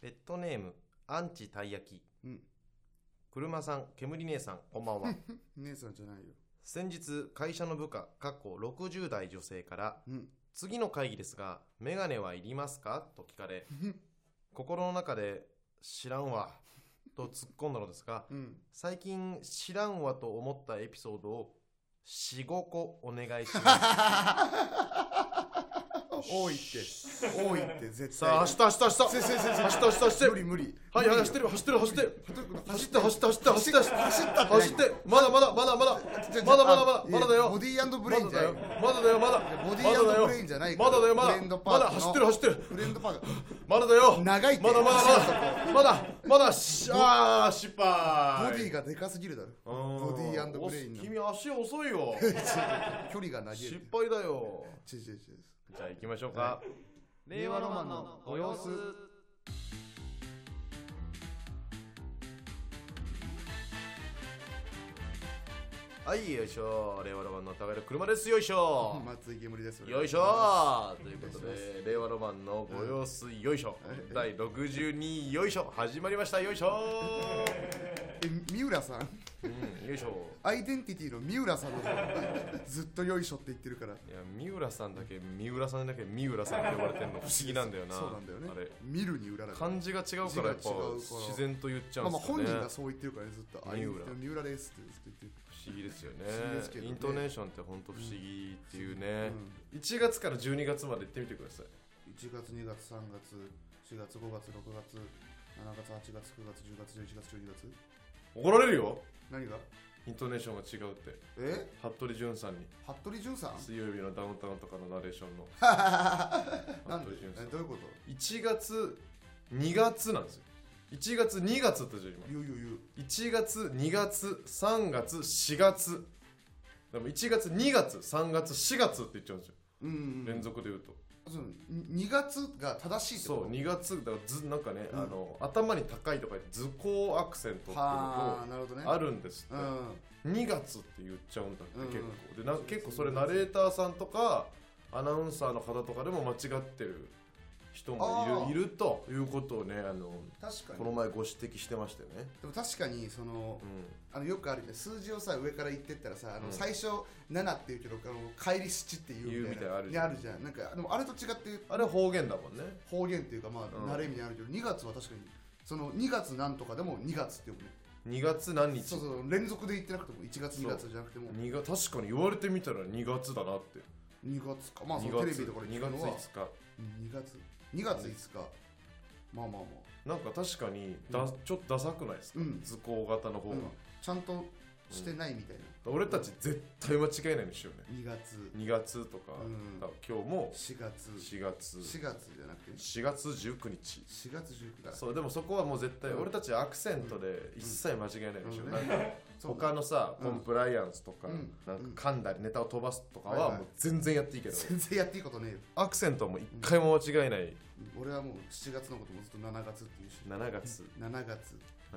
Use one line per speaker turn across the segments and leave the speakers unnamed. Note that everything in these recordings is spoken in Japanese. ペットネーム、アンチたい焼き。
うん。
車さん、煙姉さん、こんばん は。
姉さんじゃないよ。
先日、会社の部下、かっこ60代女性から、
うん。
次の会議ですが、メガネはいりますかと聞か れ、心の中で、知らんわ、と突っ込んだのですが、
うん。
最近、知らんわと思ったエピソードを、4、5個お願いします。
多いって。多いって、 絶対。
さあ、明日、明日、明日
せせせせ
明日、明日、明日
無理無理。
はい、はい、走っ
無
て
理
る、走ってる、走ってる。
よ。
走って、走って、走って、走って、
走った。
走ってて、まだまだ、まだまだ、まだまだまだ、まだだ
ボ
よ。
ディーブ
ま
レイ
だ
ンじゃ
だ
な
よ
い。
まだだよ、まだ。
ボディ
まだだ
ー
よ
ブレインじゃないか
ま
ら
だだよ、ま
フレンド
だ。
パー
ま
ク
だ
の
走ってる、走ってる。
フレンドパーク
まだだよ。
長いって
まだまだまだ。まだ、まだ、しあー、失敗。
ボディがでかすぎるだろボディーブレインの
君足遅い よ。
距離が長い
失敗だよ。
ちちち
じゃあ行きましょうか。
令和ロマンのご様子
はいよいしょ令和ロマンの互いの車ですよいし ょ
松井煙です
よいしょということで令和ロマンのご様子よいしょ第62よいしょ始まりましたよいしょ
え三浦さん
うんよいしょ
アイデンティティの三浦さんの方ずっとよいしょって言ってるから
いや三浦さんだけ三浦さんだけ三浦さんって呼ばれてるの不思議なんだよな
そうなんだよね
あれ
見るに裏だから
漢字が違うからやっぱ
字が違うから
自然と言っちゃう
ま
んで
あまあ
すよ
本
ね
人がそう言ってるからねずっと
三浦
アイデンティティの三浦ですってずっと言ってる
不思議ですよね
不思議ですけどね
イントネーションって本当不思議っていうね、
うん
1月から12月まで行ってみてください
1月2月3月4月5月6月7月8月9月10月11月12月
怒られるよ
何が
イントネーションが違うって
え
服部潤さんに
服部潤さ ん
水曜日のダウンタウンとかのナレーションの
なんで
服部潤さ
え
ん
どういうこと
1月2月なんですよ1月2月って言った
言う言う言う
じゃん今1月2月3月4月でも1月2月3月4月って言っちゃうんですよ、
うんうん
連続で言うと
そう2月が正しいってこ
そ
と
う2月だからずなんかね、
うん
あの頭に高いとか言って図工アクセントっていうの
はあなるほどね
とあるんです
う
って、
ん
2月って言っちゃうんだって
うん
結構でな結構それナレーターさんとかアナウンサーの方とかでも間違ってる人も
あー
いるいるということをねあの
確かに
この前ご指摘してましたよね、
でも確かにその
う
あのよくあるじゃん数字をさ上から言ってったらさあ
う
の
ん
最初7っていうけどあの帰り七っていうみたいな
言うみたいなのあ
あ
る
るじゃんなんかでもあれと違って
ん、あれ方言だもんね
方言っていうかま
うん
あ慣れみたいなのあるけど2月は確かにその2月なんとかでも2月って呼ぶね
2月何日
そうそう連続で言ってなくても1月
そう
2月じゃなくても
二月確かに言われてみたら2月だなって、
2月かまあそ
二
の
月
テレビとかで
2
聞くのは
月5日
うん2月2月5日まあまあまあ
なんか確かにだ、
う
ちょっとダサくないですか、
うん
図工型の方が、
うんちゃんとしてないみたいな
俺たち絶対間違えないようにしようね
2月
2月とか,、
うん
今日も
4月
4月
4月じゃなくて
4月19日
4月19日だ
そうでもそこはもう絶対、
うん
俺たちアクセントで一切間違えないでしょ、
うん
なんか
そう
他のさ、
うん
コンプライアンスとか、
うん
なんか噛んだりネタを飛ばすとか
はい
は
はい
もう全然やっていいけど、
全然やっていいことねえよ
アクセントはもう一回も間違えない
俺はもう7月のこともずっと7月っていうし
7月
7月
な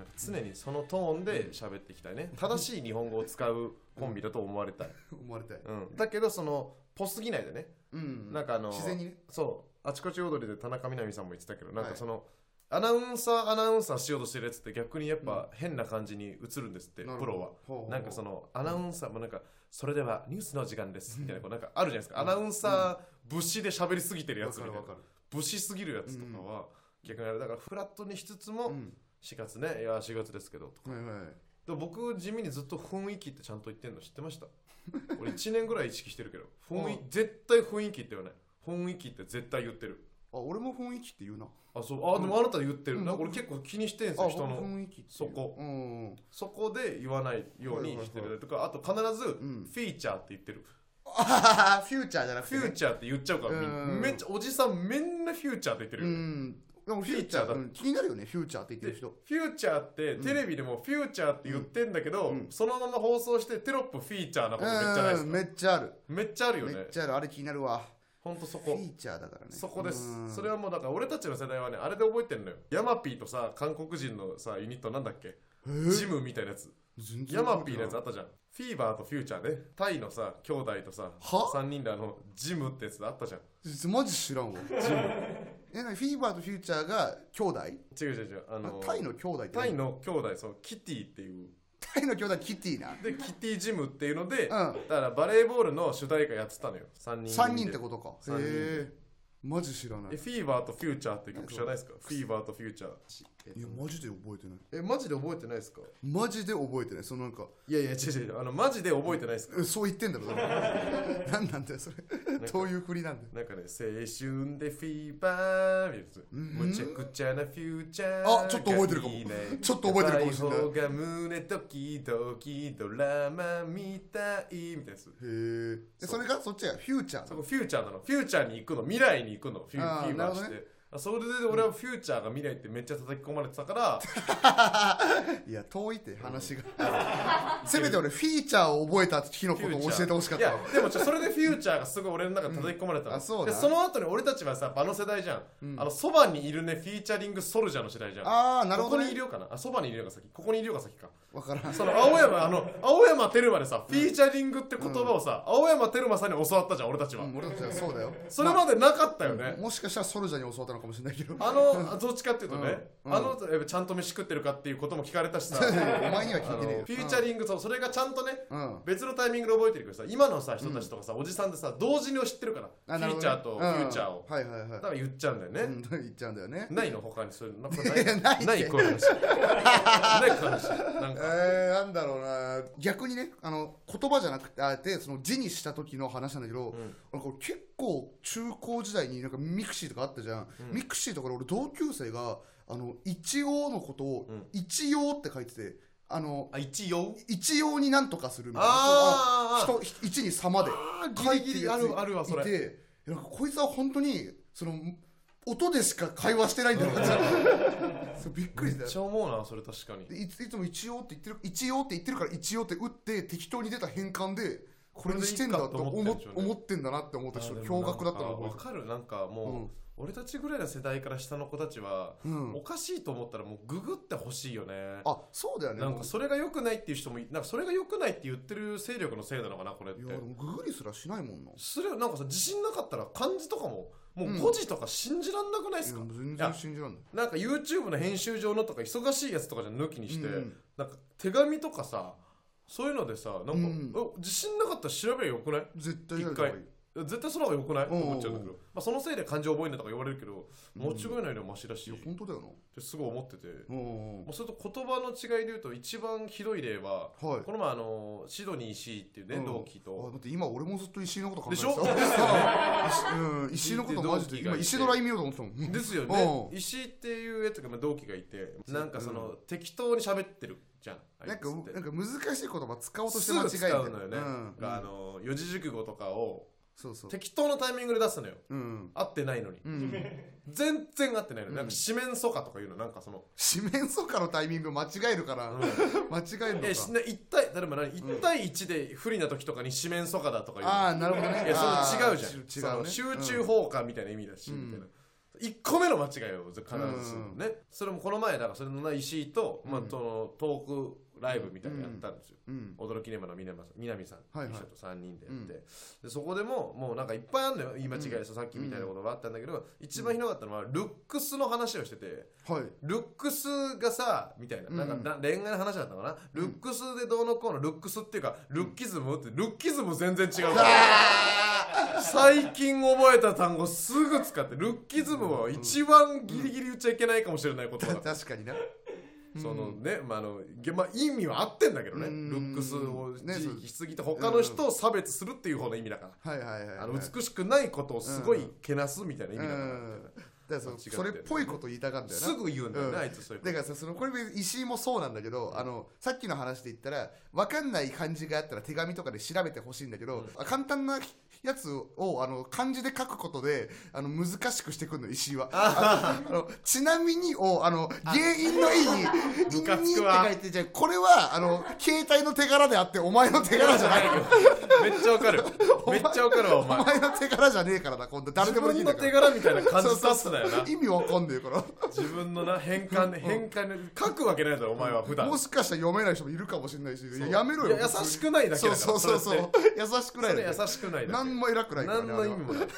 んか常にそのトーンで喋っていきたいね正しい日本語を使うコンビだと思われたい、
思われたい
うん、だけどそのポスぎないでね
うん
なんかあの
自然にね
そうあちこち踊りで田中みな実さんも言ってたけどなんか
はい
その、アナウンサーアナウンサーしようとしてるやつって逆にやっぱ変な感じに映るんですって、
なる
プ
ほど
ロは。
ほうほうほう
なんかそのアナウンサーもなんかそれではニュースの時間ですみたいなこうなんかあるじゃないですか、
うん
アナウンサー武士で喋りすぎてるや
わ
つ
か
みたい
る
な
わかる
武士すぎるやつとかは逆にあれだからフラットにしつつも
うん
4月ねいや4月ですけどとか
はいはい
でも僕地味にずっと雰囲気ってちゃんと言ってんの知ってました俺1年ぐらい意識してるけど雰囲
う
絶対雰囲気って言わない雰囲気って絶対言ってる
あ俺も雰囲気って言うな
あそうあでもあなた言ってる、
うん
なんか俺結構気にしてんす
あ
よ人の
雰囲気って
そこ
うん
そこで言わないようにしてるとか、あと必ずフ
うん
ィーチャーって言ってる、
あはははフューチャーじゃなくて
フュー
ね
チャーって言っちゃうからみんな
うん
めっちゃおじさんみんなフューチャーって言ってる
う
よ、
んでもフューチャーうん気になるよねフューチャーって言って
で
る
フ
人
ューチャーってテレビでもフューチャーって言ってんだけど、
うんうん
そのまま放送してテロップフィーチャーなことめっちゃないです
うん
か、
めっちゃある
めっちゃあるよ
め
ね
っちゃあるあれ気になるわ
ほんとそ
フ
こ
ィーチャーだからね
そこです、
うん
それはもうだから俺たちの世代はねあれで覚えてんのよヤマピーとさ韓国人のさユニットなんだっけ
え
ジムみたいなやつ
全然
ヤマ
覚
ピ
え
ー
て
のや
ない
つあったじゃん。フィーバーとフューチャーね。タイのさ、兄弟とさ、
は
3人であの、ジムってやつあったじゃん。
マジ知らんわ
ジム。
えなにフィーバーとフューチャーが兄弟
違う違う違う。あの、
タイの兄弟って
タイの兄弟、そう、キティっていう。
タイの兄弟キティな
で、キティジムっていうので、だ
うん
からバレーボールの主題歌やってたのよ。3人組で。
3人ってことか
三人で
へえマジ知らない
え、フィーバーとフューチャーっていう曲知らないですかフィーバーとフューチャ
いや
ー。
マジで覚えてない
え、マジで覚えてないですか
マジで覚えてないそのなんか
いやいや、違う違う。あの、マジで覚えてないですか
えそう言ってん だろだから何なんだよそれ
か
どういう振りなんだよ
なんかね、青春でフィーバーみたいなやつ。むちゃくちゃなフューチャー。
あちょっと覚えてるかもちょっと覚えてるかもしれない
最後が胸ドキドキドラマみたいみたいなやつ。
へええそれがそっちやフューチャー
そこフューチャーなの。フューチャーに行くの。未来に行くの。フュ
あ
ー
ー
フィーバー
な
し
るほど
て。あそれで俺はフューチャーが未来ってめっちゃ叩き込まれてた から、
いや遠いって話がせめて俺フィーチャーを覚えた日のことを教えてほしかっ
い
た
や
わ
でもちょそれでフューチャーがすごい俺の中で叩き込まれたの、
うんあそうだ
でその後に俺たちはさ場の世代じゃん、
うん
あのそばにいるねフィーチャリングソルジャーの世代じゃん
ああなるほ
こ
ど
こにい
ね
るよかなあそばにいるよが先ここにいるよが先か
わからん
その青山あの青山テルマでさ、フィーチャリングって言葉をさ、青山テルマさんに教わったじゃん俺たちは、
うん俺たちはそうだよ
それまでなかったよね、
もしかしたらソルジャーに教わったのかもしれないけど
あのどっちかっていうとね、
うんうん
あのやっぱちゃんと飯食ってるかっていうことも聞かれたしさ
お前に
あ
は 聞い
の
て
フ
ねえ
ィ
よ
ーチャリングそうそれがちゃんとね
うん
別のタイミングで覚えてるけどさ今のさ人たちとかさ、おじさんでさ同時にを知ってるから、
あな
フ
る
ィー
ほど
チャーとフ
ね
ューチャーを、
うんはいはいは
だから言っちゃうんだよね
い、うん言っちゃうんだよね
ないの他にそういうのな んか
いやない
な
っ
い
て
ないこういう話 ないこういう話なん
え
か
ー、なんだろうな逆にねあの言葉じゃなくてあえてその字にした時の話なんだけど、
ん
俺これ結構中高時代になんかミクシーとかあったじゃん、
うん
ミクシーとかで俺同級生があの一応のことを
うん
一応って書いててあの
あ一応
一応になんとかするみたいな
あー
そうあ人一に様で書いて
ギリギ
る
リ
や
あ
つ
るあるわそ
い
れ
ていやなんかこいつは本当にその音でしか会話してないんだよ、 そうびっくりした
めっちゃ思うなそれ確かに
でいついつも一応って言ってる一応って言ってるから一応って打って適当に出た変換でこれにしてんだと思
これでいいかと思ってんでしょうね
思ってんだなって思ったし
あでも
驚愕だったの
なん
覚
かわかるなんかもう、
うん
俺たちぐらいの世代から下の子たちは、
えてるうん
おかしいと思ったらもうググってほしいよね
あそうだよね
なんかそれが良くないっていう人もいなんかそれが良くないって言ってる勢力のせいなのかなこれっ
も
て
ういやでもググりすらしないもんな
それなんかさ自信なかったら漢字とかももう
うん
5字とか信じらんなくないで
い
す
や
か、
全
いや
然信じらんない
なんか YouTube の編集上のとか忙しいやつとかじゃ抜きにして、
うん
なんか手紙とかさそういうのでさなんか、
うん
え自信なかったら調べりゃよくない
絶対やるいい
え絶対その方がよくないって
おうおう
思っちゃうんだけど、まあ、そのせいで漢字覚えんだとか言われるけど間違いないのはマシだし、
いや
っ
本当だよな
てすごい思ってて、
うんうん
もうそれと言葉の違いで言うと一番ひどい例は
うんはい
この前あのシドニー石井っていうね、
うん
同期と
あだって今俺もずっと石井のこと考えて
でしょ
たうん石井のことマジ
石井って同期が
で
い
今
て
石ドラ意味ようと思ってたもん
ですよね
う
石井っていうやつがまあ同期がいてなんかその、
う
適当に喋ってるじゃんあいつ
なんか
って
なんか難しい言葉使おうとして
す
間
ぐ
違えて
使うのよね、
うん
があの四字熟語とかを
そうそう
適当なタイミングで出すのよ
うん
合ってないのに
うん
全然合ってないの、
うん
なんか四面楚歌とかいうのなんかその、
四面楚歌のタイミング間違えるから、間違えるの
え
か
しな一対例えば何一対一で不利な時とかに四面楚歌だとか言うの
ああなるほどね
いやそ
あ
の
ー
違うじゃん
ち
そ
違う、
の
ね、
集中放火みたいな意味だし、
うん
みたいな1個目の間違いを必ずするのね、それもこの前だからそれの石井と、まあ、
うん
そのトークライブみたいなのやったんですよ、
うん、
驚きねばの南さん南さん
はいはい
一緒と3人でやって、
うん
でそこでももうなんかいっぱいあるのよ言い間違いでさっきみたいなことがあったんだけど、一番ひどかったのはルックスの話をしてて、
はい
ルックスがさみたいななんか
うん
な恋愛の話だったのかな、ルックスでどうのこうのルックスっていうかルッキズムってルッキズム全然違うから最近覚えた単語すぐ使ってルッキズムは一番ギリギリ言っちゃいけないかもしれないことだ、
確かにな
そのね、まああのげまあ、意味は合ってんだけどね、
うん
ルックスを
ね
地域しすぎて他の人を差別するっていう方の意味だから、
はいはいはい、はい、
あの美しくないことをすごいけなすみたいな意
う
味だから、
んだからそ
間違
の
って
それっぽいこと言いたがるんだよな
すぐ言うんだよね、
うん
あいつそういうこと
だからさそのこれ別に石井もそうなんだけど、あのさっきの話で言ったら分かんない漢字があったら手紙とかで調べてほしいんだけど、あ簡単なやつをあの漢字で書くことであの難しくしてくるの石井はあのあのちなみにをあの原因の「い」に「因
ムカ
に」っ
つ
て
くわ
書いてじゃあこれはあの携帯の手柄であってお前の手柄じゃない
めっちゃ わかるめっちゃわかるわお
お
前
前の手柄じゃねえからな今度誰
自
でもい
分
いん
の
だか
手
ら
柄みたいな感じ出すなだよな
意味わかんねえから
自分のな変換で変換で書くわけないだろお前は普段
もしかしたら読めない人もいるかもしれないしいややめろ
い
よ
や優しくないだけだ
そ
か
う
ら
そうそうそう
れって
優し
そ
くないだ
れ
け
優しくないだけ
何も偉くないから
何
ね
の意味もない
あれは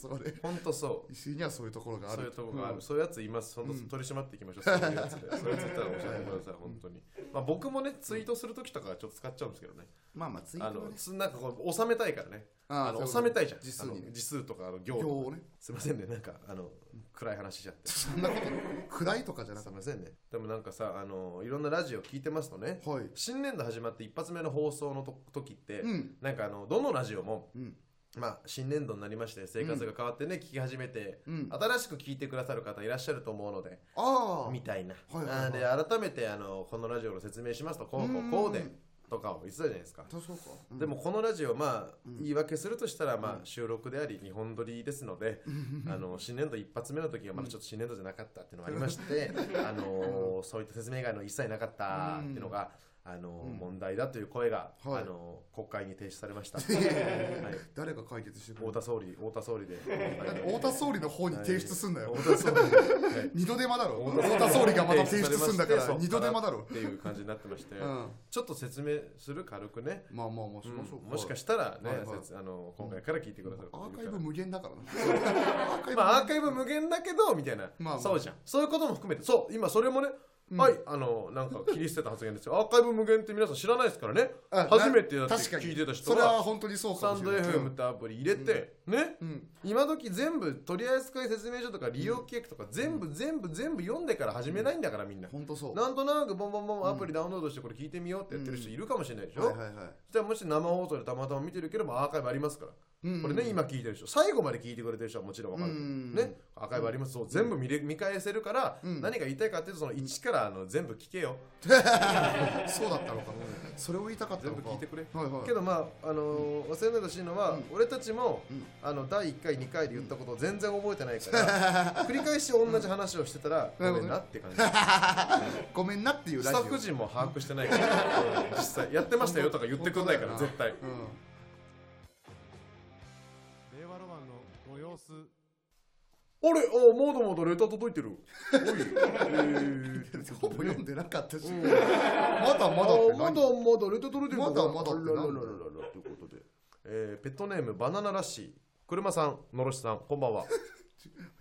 それ
本当そう
石井にはそういうところがあ
そう
る
いうとこがある、
うん
そういうやついますそんな取り締まっていきましょう、そういうやつでそういうやついたら教えてください本当にまあ僕もねツイートする時とかはちょっと使っちゃうんですけどね
まあまあツイ
あ
ート
の
ね
つなんかこう収めたいからね
あ
あ
あそうい
の
うこと
収めたいじゃん
字数にね
あの字数とかあの行とか
行をね
すいませんねなんかあの暗い話しちゃってす
そんなこと暗いとかじゃなく
いませんねでもなんかさあのいろんなラジオ聞いてますとね
てはい
新年度始まって一発目の放送のと時って、
うん
なんかあのどのラジオも、
うん
まあ、新年度になりまして生活が変わってね、聞き始めて、
うん
新しく聞いてくださる方いらっしゃると思うので
ああ
みたいな、
はいはいはい
あーで改めてあのこのラジオの説明しますとこうこうこうで
うん
とかを言ってたじゃないですか
あそうかうん
でもこのラジオまあ言い訳するとしたらまあ収録であり日本撮りですの であの新年度一発目の時はまだちょっと新年度じゃなかったっていうのがありま してあのそういった説明があの一切なかったっていうのがあの問題だという声があ
はい
の国会に提出されま した。
いやいやいや
はい
誰が解決してく
太
れる
田総理太田 総理で
太田総理の方に提出すんな よ
太田総理はい
二度手間だろ太田総理がまた提出すんだか
そ
ら
う
二度手間だろ
っていう感じになってまして
うんま
ちょっと説明する軽くね
あまあまあそりゃそう
うんもしか
し
したらね
はいはい
せつあの今回から聞いてくださる
ア
方いる
ー
か
カイ
ら
ブ無限だからな アーカイブ
まあアーカイブ無限だけどみたいな、
まあまあ
そうじゃんそういうことも含めてそう今それもね、はいあのなんか切り捨てた発言ですよアーカイブ無限って皆さん知らないですからね
あ
初めてだって
確かに
聞いてた人
それは
は
本当にそう
スタ
かも
ン
し
ド
れない
FM ってアプリ入れて、ね
うん
今時全部取り扱い説明書とか利用契約とか全部全部全部読んでから始めないんだからみんな、
本当そう
なんとなくボンボンボンアプリダウンロードしてこれ聞いてみようってやってる人いるかもしれないでしょ、
はいはいはい
そしたらもし生放送でたまたま見てるければアーカイブありますから
うんうん
これね、今聞いてる人、最後まで聞いてくれてる人はもちろんわかるけど、
うん
ね、アーカイブあります、そう全部見れ見返せるから、
うん
何が言いたいかっていうと、その1からあの全部聞けよ、
そうだったのかそれを言いたかったの
全
か
部聞いてくれ。
はいはい
けどまあ、あのー忘れないでほしいのは、俺たちも、
うん
あの第1回2回で言ったことを全然覚えてないから、 繰り返し同じ話をしてたら、
うん
ごめんなって 感じ
ごめんなっていう
ス
ラ
タ
ジオ
ッフ陣も把握してない から、うん実際やってましたよとか言ってくんないから
本当だよ
絶対
うん
令和ロマンのご様子
あれあまだまだレター届いてるおい、えー
ほぼ読んでなかったし、
ん
まだまだって
まだま
何
だレタ取れてる
まだまだってなんだ
ララララララということで、えーペットネームバナナラッシー車さんのろしさんこんばんは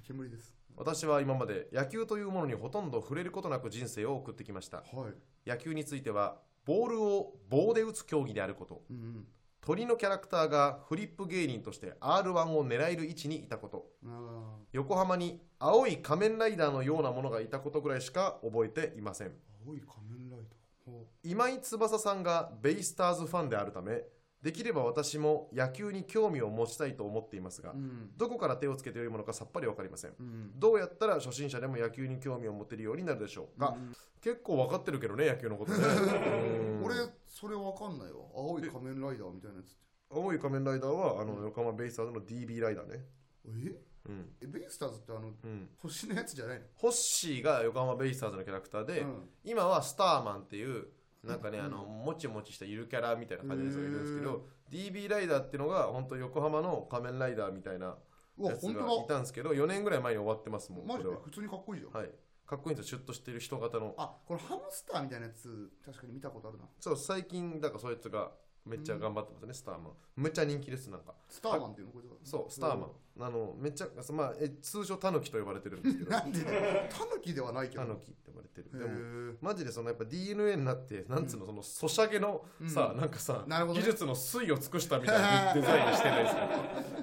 煙です
私は今まで野球というものにほとんど触れることなく人生を送ってきました
はい、
野球についてはボールを棒で打つ競技であること
うん
鳥のキャラクターがフリップ芸人として R1 を狙える位置にいたこと
うん、あ
横浜に青い仮面ライダーのようなものがいたことぐらいしか覚えていません
ー青い仮面ライダーほ
今井翼さんがベイスターズファンであるためできれば私も野球に興味を持ちたいと思っていますが、
ううん
どこから手をつけてよいものかさっぱり分かりません
うん
どうやったら初心者でも野球に興味を持てるようになるでしょうか、結構分かってるけどね野球の ことねうん
俺それわかんないよ青い仮面ライダーみたいなやつって
青い仮面ライダーはあの横浜ベイスターズの DB ライダーね
え
うん
えベイスターズってあの
うん
星のやつじゃないの
ホッシーが横浜ベイスターズのキャラクターで、
うん
今はスターマンっていうなんかね、あのもちもちしたゆるキャラみたいな感じの人がいるんですけど DB ライダーっていうのが本当横浜の仮面ライダーみたいな
うわ
やつ
本
がい
当だ
たんですけど4年ぐらい前に終わってますもんこ
マ
れ
ジで
は、
普通にかっこいいじゃん、
はい、かっこいいんですよシュッとしてる人型の
あこのハムスターみたいなやつ確かに見たことあるな
そう最近だからそいつがめっちゃ頑張ってますね、スターマンめっちゃ人気ですなんか
スターマンっていうのこいつだ
そうスターマンあのめっちゃ、まあ、え通称タヌキと呼ばれてるんですけど
なんでだよタヌキではないけ ど
タヌキって呼ばれてる
へ
でも
ー
マジでそのやっぱ DNA になってなんつうのそのソシャゲのさ、
うん
なんかさ、
なるほどね
技術の粋を尽くしたみたいなデザインしてないですか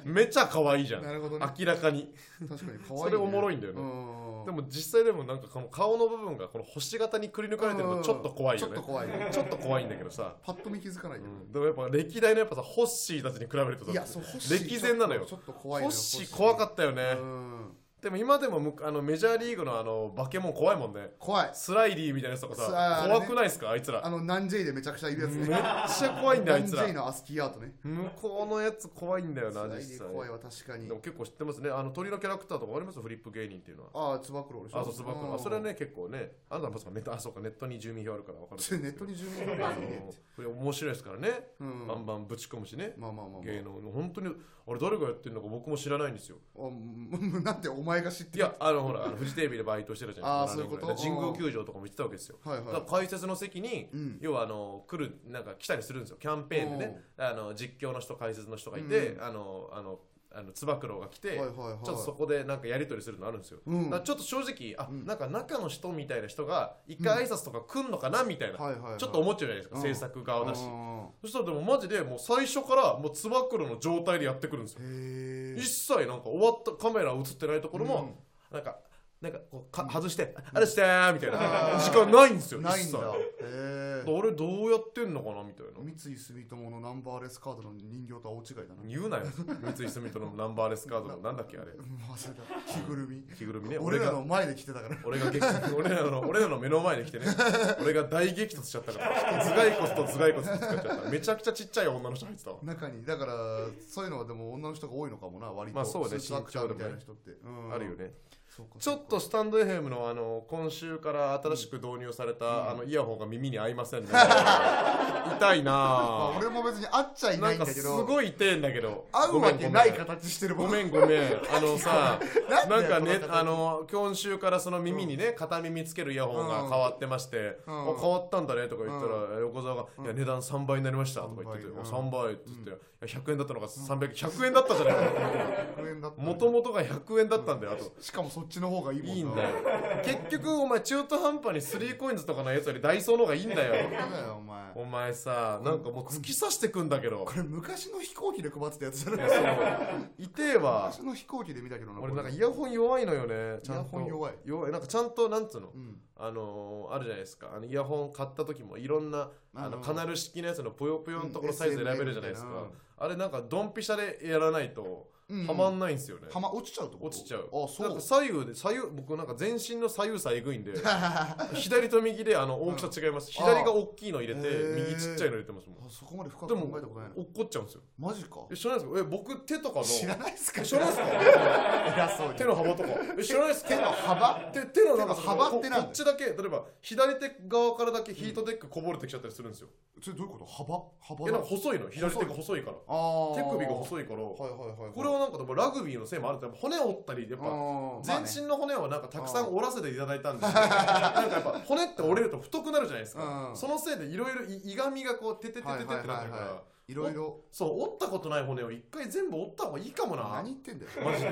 めちゃ可愛いじゃん
なるほどね
明らかに
確かに可愛い、ね、
それおもろいんだよね
ね
でも実際でもなんかこの顔の部分がこの星型にくり抜かれてるのちょっと怖いよ
ち
ね
ょっと怖いね
ちょっと怖いんだけどさ、
パッと見気づかないけど、
うんでもやっぱ歴代のやっぱさホッシーたちに比べるとさ
いやそうホッシー
歴然なのよ
ちょっと
ホ
怖い
ッシー怖か
っ
ったよね、
うん
でも今でもむあのメジャーリーグのあのバケモン怖いもんね
怖い
スライリーみたいなやつとか
さ
さ
あ
怖くないですかあいつら
あのナンジェイでめちゃくちゃいるやつ
めっ
ね
ちゃ怖いんだよあ
ナ
い
ンジ
つら
ェイのアスキーアートね
向こうのやつ怖いんだよな
スライデ
実
ィ
際
怖いわ確かに
でも結構知ってますねあの鳥のキャラクターとかありますフリップ芸人っていうのは
ああつば九郎でしょ
あそうつば九
ん
郎あそれはね結構ねあなたもそうかネットあそうかネットに住民票あるから分かる
それネットに十分ぐらいあるね
これ面白いですからね、
うん
バ
まあ
ンバンぶち込むしね
まあまあまあ
芸能の本当にあれ誰がやってるのか僕も知らないんですよ
あうんなんでお前前が知って
い
る
やあのほらあのフジテレビでバイトしてるじゃないですか
あーそういうこと
7年ぐら神宮球場とかも行ってたわけですよ
はいはい
だから解説の席に、
うん
要はあの来るなんか来たりするんですよキャンペーンでねあの実況の人解説の人がいて、
う
あのあのあのつば九郎が来て、
はいはいはい
ちょっとそこでなんかやり取りするのあるんですよ、
うん
だからちょっと正直あ、
うん
なんか中の人みたいな人が一回挨拶とか来んのかなみたいな、
はいはいはい
ちょっと思っちゃうじゃないですか、
うん
制作側だし、
あ
そしたらでもマジでもう最初からもうつば九郎の状態でやってくるんですよ
ーへえ
一切なんか終わったカメラ映ってないところも、なんかなんかこうか外して「あれして」みたい
あ
な
ー
時間ないんですよ
ないん
一切
だへえ
あれどうやってんのかなみたいな
三井住友のナンバーレスカードの人形とは大違いだな
言うなよ三井住友のナンバーレスカードのなんだっけあれ
まさか着ぐるみ
着ぐるみね
俺ら
が
の前で来てたから
俺が激俺らの俺らの目の前に来てね俺が大激突しちゃったから頭蓋骨と頭蓋骨ぶつかっちゃっためちゃくちゃちっちゃい女の人入ってたわ
中にだからそういうのはでも女の人が多いのかもな割と
まあそうね
スーツアクターみたいな
身
人って、うん
あるよね
そうか
ちょっとスタンド FM のあの今週から新しく導入された、あのイヤホンが耳に合いません ね痛い
ま
な
あ
ぁ
俺も別に会っちゃいな
ないん
ん
か
だ
す
けど
ごい痛えんだけど
会うわけない
ら
形してるも
ご
ん
めんごめんあのさ
なん
な
だ
んか
よ
ね
この方
あの今週からその耳にね片耳つけるイヤホンが変わってまして「
う
あ
ん
変わったんだね」とか言ったら横澤が「いや値段3倍になりました」とか言ってて「
うん
お3倍」って言っていや「100円だったのが300100円だったじゃないか」
100円だった
もともとが100円だったんだよあと。
しかもそっちの方がいいもんない
いんだよ結局お前中途半端に 3COINS とかのやつよりダイソーの方がいいんだよ
やだよお前
お前さなんかもう突き刺してくんだけど
これ昔の飛行機で配ってたやつじゃ
い
ない
やそう痛えわ
昔の飛行機で見たけどな
俺なんかイ
こ
ヤホン弱いのよねちゃんと
イヤホン弱い
弱いなんかちゃんとなんつうの、
れうん
あのーあるじゃないですかあのイヤホン買った時もいろんなあ
あ
の
の
カナル式のやつのぷよぷよのところ
うん
サイズ選べるじゃないです
SML みたい
か
な
あれなんかドンピシャでやらないと
うん
はまんないんですよね
はま落ちちゃうってこと
落ちちゃう
あそ
なん
う
か左右で左右僕なんか全身の左右差えぐい んで左と右であの大きさ違います、
うん
左が大きいの入れて
あー
右ちっちゃいの入れてますもん
あそこまで深
で
く
も
考えたことないな
落っこっちゃうんですよ
マジか
え知らないですかえ僕手とかの
知らないっすか
え知らないですか
偉そうに
手の幅とかえ知らないですか
手の幅
手手のなんか
手の幅
その
ってなんだ
こ
よ
こっちだけ例えば左手側からだけヒートテックこぼれてきちゃったりするんですよ、
それどういうこと幅
い
幅
やな
だ
んか細いの左手が細いから
あ
手首が
い
細いから
はいはいはいはい
これはなんかでもラグビーのせいもあるとやっぱ骨折ったりやっぱ
あーまあね
全身の骨をなんかたくさん折らせていただいたんですけど、なんかやっぱ骨って折れると太くなるじゃないですか、
うん
そのせいでいろいろいいがみがこうてててててってなってるから、
はいはいはいはいろいろ
そう折ったことない骨を一回全部折った方がいいかもな
何言ってんだよ
マジ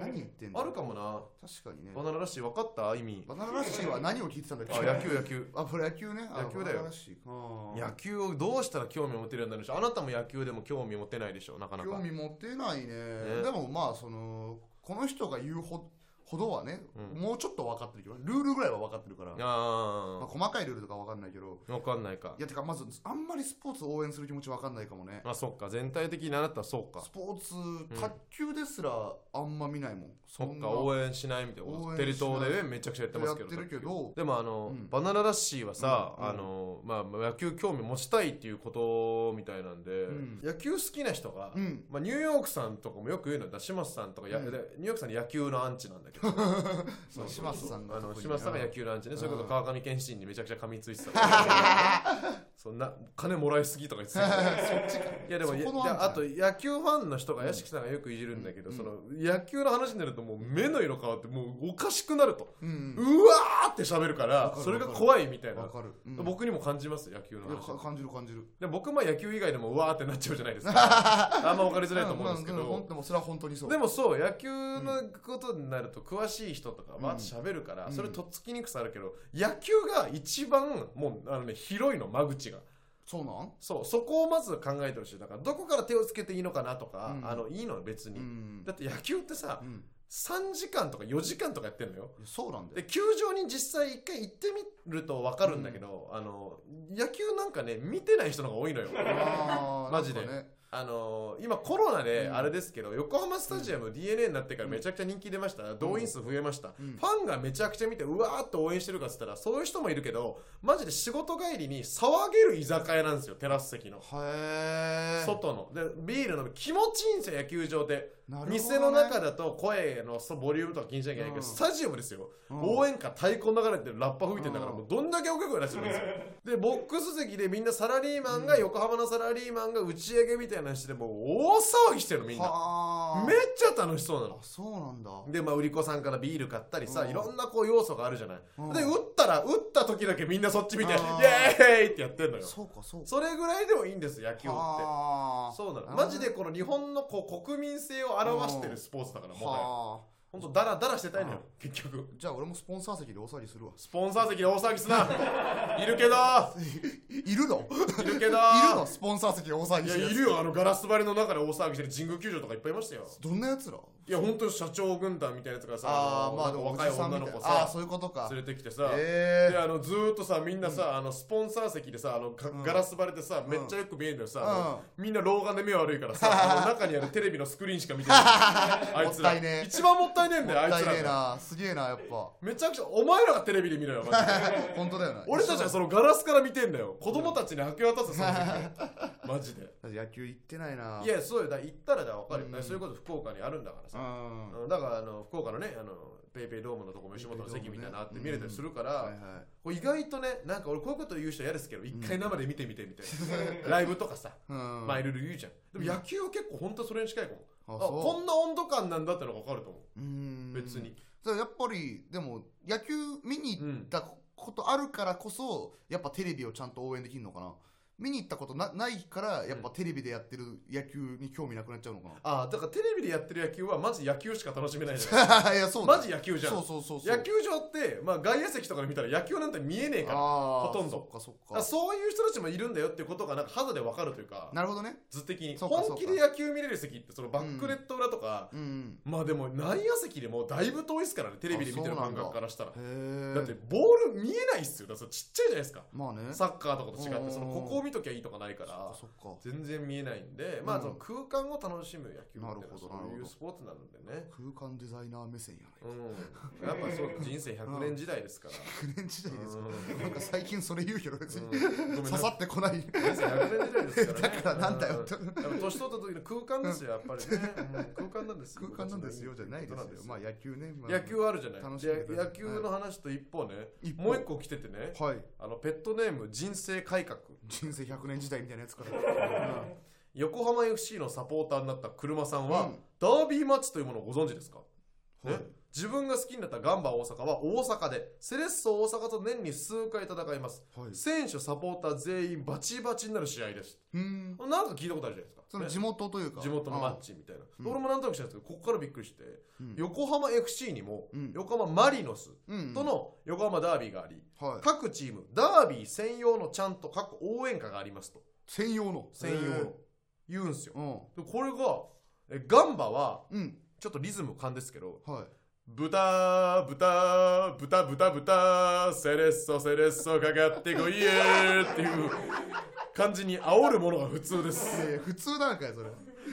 何言ってんだ
ある
よ
かもな
確かにね
バナナらしい分かった意味
バナナラッシーは何を聞いてたんだっけ
あ野球野球
あこれ野球ねあ
野球だよ
バナナラッシーか
野球をどうしたら興味を持てるようになるでしょうあなたも野球でも興味持てないでしょなかなか
興味持てないね
ね
でもまあそのこの人が言うほほどはね、
うん
もうちょっと分かってるけどルールぐらいは分かってるから、まあ、
あ
細かいルールとか分かんないけど
あ分かんないか
いやてかまずあんまりスポーツを応援する気持ち分かんないかもね
あそっか全体的にあなたはそうか
スポーツ卓球ですらあんま見ないもん、
そっ
ん
か
な
応援しないみたいなこと
応援
テレ東で
しな
ねめちゃくちゃやってますけど
やってるけど
卓球でもあの、
うん
バナナラッシーはさ、
うんうん
あのまあ、野球興味持ちたいっていうことみたいなんで、
ん
野球好きな人が、
うん
まあ、ニューヨークさんとかもよく言うのはだ島津さんとかや、
う
で
ん
ニューヨークさんに野球のアンチなんだけ ど
そう島津さんが
あの島津さんが野球のアンチね、それこそ川上健信にめちゃくちゃ噛みついてた そんな金もらいすぎとか言ってたけ ど
そっちか
いやでも
そ
いや
この案
あと野球ファンの人が屋敷さんがよくいじるんだけど、その野球の話になるともう目の色変わってもうおかしくなると、
うんうん
うわーって喋るから
かる
それが怖いみたいな
わかる、うん
僕にも感じます野球の
いやか
話
感じる感じる
で僕まあ野球以外でもうわーってなっちゃうじゃないです かあんま分かりづらいと思うんですけ
まあまあまあほ
ど
んでもそれは本当にそう
でもそう野球のことになると詳しい人とか
うん
わーって喋るから、
うん
それとっつきにくさあるけど野球が一番もうあのね広いの間口が
そうなん
そうそこをまず考えてほしいだからどこから手をつけていいのかなとか、
うん
あのいいの別に、
うん
だって野球ってさ
うん
3時間とか4時間とかやってんのよ
そうなんだよ
で球場に実際一回行ってみると分かるんだけど、あの野球なんかね見てない人の方が多いのよ
あー
マジで
なんかね
あの今コロナで
うん
あれですけど、横浜スタジアム d n a になってからめちゃくちゃ人気出ました、動員数増えました、
うん
ファンがめちゃくちゃ見てうわーっと応援してるかっつったらそういう人もいるけどマジで仕事帰りに騒げる居酒屋なんですよテラス席の
へえ
外のでビール飲む気持ちいいんですよ野球場で
なるほどね
店の中だと声のそボリュームとか気にしなきゃいけないけど、
うん
スタジアムですよ、
うん
応援歌太鼓流れてるラッパ吹いてんだから、
うん
もうどんだけ大きい声出してるんですよでボックス席でみんなサラリーマンが、横浜のサラリーマンが打ち上げみたいなのしてもう大騒ぎしてるのみんな
はあ
めっちゃ楽しそうな
あ
の
そうなんだ
でまあ売り子さんからビール買ったりさ、
うん
いろんなこう要素があるじゃない、
うん
で打ったら打った時だけみんなそっち見て、
あ
イ
ー
エーイってやってんのよ
そうかそうか
それぐらいでもいいんです野球って
はあ
そうなの
あー
マジでこの日本のこう国民性を表してるスポーツだからもはや
はあ
ほんとダラダラしてたいのよ結局
じゃあ俺もスポンサー席でお騒ぎするわ
スポンサー席で大騒ぎすな いるけど
い るの
いるけど
いるのスポンサー席で大騒
い
ぎ
や
して
いるよあのガラス張りの中で大騒ぎしてる神宮球場とかいっぱいいましたよ
どんなやつら
いやほんと社長軍団みたいなやつがさ
ああまあで
の
もお
若い
じさん
女
み
の
たい
子
ああ
さ
そういうことか
連れてきてさ、
え
で
え
あのずーっとさみんなさ、あのスポンサー席でさあのが
うん
ガラス張りでさ、めっちゃよく見えるんだよさ、あのみんな老眼で目悪いから さあの中にあるテレビのスクリーンしか見てないあいつら
もったいねえ
一番もったいねえんだよあい
もった
つ
いねえ
らが
なすげえなやっ ぱ
めちゃくちゃお前らがテレビで見ろ よマジで
本当だよな
俺たちはそのガラスから見てんだよ子供たちに明け渡すその世界 マジ で
野球行ってないない
やそうよだから行ったらだ分かるよ、
うん
そういうこと福岡にあるんだから
う
さ、
んは
うんだからあの福岡のねあのペイペイドームのとこも吉本の席みたいなのあって見れたりするから、
いはい
こう意外とねなんか俺こういうこと言う人嫌ですけど一回生で見てみてみたいな、ライブとかさ、
うん
まあいろいろ言うじゃんでも野球は結構本当それに近いかも、
あ
あ
そう
こんな温度感なんだってのが分かると思
う
うん別に
そうやっぱりでも野球見に行ったことあるからこそやっぱテレビをちゃんと応援できるのかな見に行ったことなないからやっぱテレビでやってる野球に興味なくなっちゃうのか
ああだからテレビでやってる野球はマジ野球しか楽しめないじゃん
な いやそうだ
マジ野球じゃん
そうそうそうそう
野球場って、まあ、外野席とかで見たら野球なんて見えねえから
あ
ほとんど
そっかそっ
だから
か
そういう人たちもいるんだよっていうことがなんか肌で分かるというか
なるほどね
図的に
そうかそうか
本気で野球見れる席ってそのバックレット裏とか、
うん
まあでも内野席でもだいぶ遠いですからねテレビで見てる感覚からしたら
へえ
だってボール見えないっすよだってそれちっちゃいじゃないですか
まあね
サッカーとかと違
う
っ
ん
てそのここを見ときゃいいとかないから
そっかそっか
全然見えないんでまあ
うん
その空間を楽しむ野球っていうのは
なるほ
そ
ど
う
なる
い
ほ
う
ど
スポーツなんでね
空間デザイナー目線やね
うん、やっぱそう人生100年時代ですから、
9年時代です
う
か
ん
なんか最近それ言うけど別に
うんごめん
刺
な
さってこない
人生100年時代ですからね
だからなんだよ
うやっぱ年取った時の空間ですよやっぱりね、うん空間なんですよ
空間なんですよじゃないですよ
ことん
まあ野球ねまあ
野球あるじゃない
楽しんでく
で
ださ
野
い
球の話と一方ね、
一方
もう一個来ててね
はい
あのペットネーム人生改革
人生100年時代みたいなや つから
横浜 FC のサポーターになった車さんは、
うん
ダービーマッチというものをご存知ですか、
はい
ね自分が好きになったガンバ大阪は大阪でセレッソ大阪と年に数回戦います
はい
選手サポーター全員バチバチになる試合です
うん
なんか聞いたことあるじゃないですか
その
ね
地元というか
地元のマッチみたいな、
うん
俺もなんとなく知らないですけどここからびっくりして、
うん
横浜 FC にも、
うん
横浜マリノス
うん
との横浜ダービーがあり、
はい
各チームダービー専用のちゃんと各応援歌がありますと
専用の
専用の言うんすよ
用
でこれがえガンバは
うんうん
ちょっとリズム勘ですけど
はい
豚豚豚豚豚セレッソセレッソかかってこいえっていう感じに煽るものが普通で
い
す
やいや普通なんかよそれ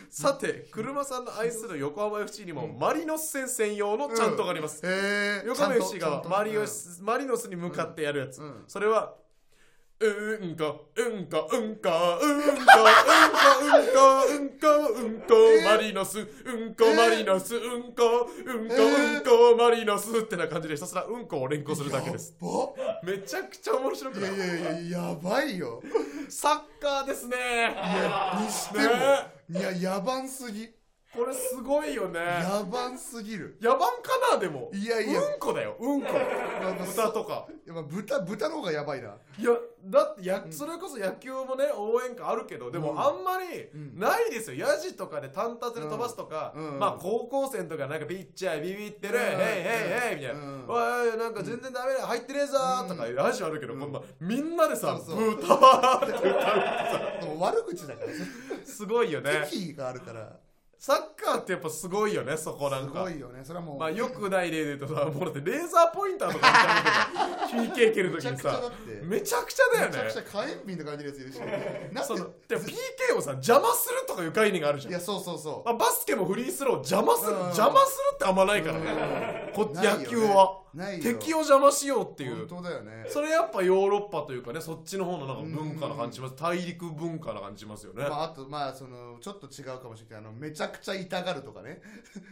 さて車さんの愛する横浜 FC にもマリノス戦専用のちゃんとがあります、
へえ
横浜 FC
ちゃん
が
と
マリオス、マリノスに向かってやるやつ、
うん
それは「うんかうんかうんかうんかうんかうんかうんか
えー
マリノスうんこ
えー
マリノスうんこうんこうんこマリノス」ってな感じでひたすらうんこを連行するだけです
うんやっ
めちゃくちゃ面白く
ば
な
いや
い
いやいややばいよ
サッカーですね
いやにしても
ね
いや野蛮すぎ
これすごいよね
野蛮すぎる
野蛮かなでも
いやいや
うんこだようん こ
まあまあ
豚とか
いやまあ豚豚の方がやばいない
やだってや、それこそ野球もね応援歌あるけどでも
うん
あんまり
うん
ないですよ、ヤジとかで単発で飛ばすとか、
うんうん
まあ高校生とかなんかピッチャービビってる、
う
へ
ん
いへいへいみたいな、
うん
おいおいなんか全然ダメだよ入ってねえぞーとかヤジあるけど、
うん
こんなみんなでさ
そうそう
ブータバーって歌う
でも悪口だから
すごいよね
敵意があるから
サッカーってやっぱすごいよねそこな
す
んか
ごいよねそれはもう
まあよくない例で言うとさもうだってレーザーポインターとか見 たいな PK 蹴るとき
めちゃ
に
くちゃだ
さ
って
めちゃくちゃだよ
め
ね
ちゃくちゃ火炎瓶って感じのやつい るしなん
そ
で
のでも PK をさ邪魔するとかいう概念があるじゃ
い
ん、
やそうそうそ
まあ、バスケもフリースロー邪魔する
うん
邪魔するってあんまないから
う
ねこっち
な
野
いよね
球は、
ないよ
敵を邪魔しようっていう
本当だよね
それやっぱヨーロッパというかねそっちの方のなんか文化な感じします大陸文化な感じしますよね、
まあ、あとまあそのちょっと違うかもしれないけどあのめちゃくちゃ痛がるとか ね